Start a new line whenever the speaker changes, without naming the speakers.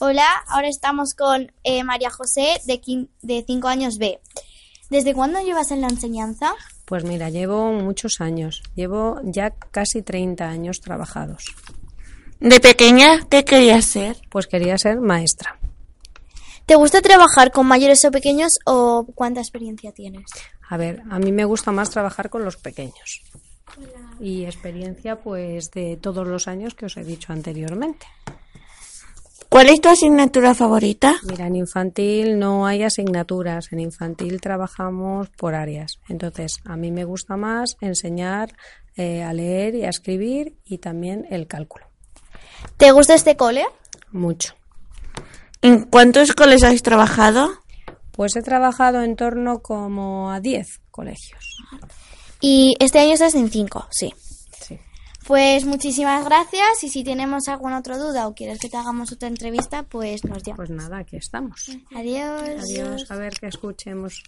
Hola, ahora estamos con eh, María José de, quin- de 5 años B. ¿Desde cuándo llevas en la enseñanza?
Pues mira, llevo muchos años. Llevo ya casi 30 años trabajados.
¿De pequeña qué querías ser?
Pues quería ser maestra.
¿Te gusta trabajar con mayores o pequeños o cuánta experiencia tienes?
A ver, a mí me gusta más trabajar con los pequeños. Y experiencia pues de todos los años que os he dicho anteriormente.
¿Cuál es tu asignatura favorita?
Mira, en infantil no hay asignaturas, en infantil trabajamos por áreas. Entonces, a mí me gusta más enseñar eh, a leer y a escribir y también el cálculo.
¿Te gusta este cole?
Mucho.
¿En cuántos coles has trabajado?
Pues he trabajado en torno como a 10 colegios.
Y este año estás en 5, sí.
Sí.
Pues muchísimas gracias y si tenemos alguna otra duda o quieres que te hagamos otra entrevista, pues nos llamas.
Pues nada, aquí estamos.
Adiós.
Adiós, a ver que escuchemos.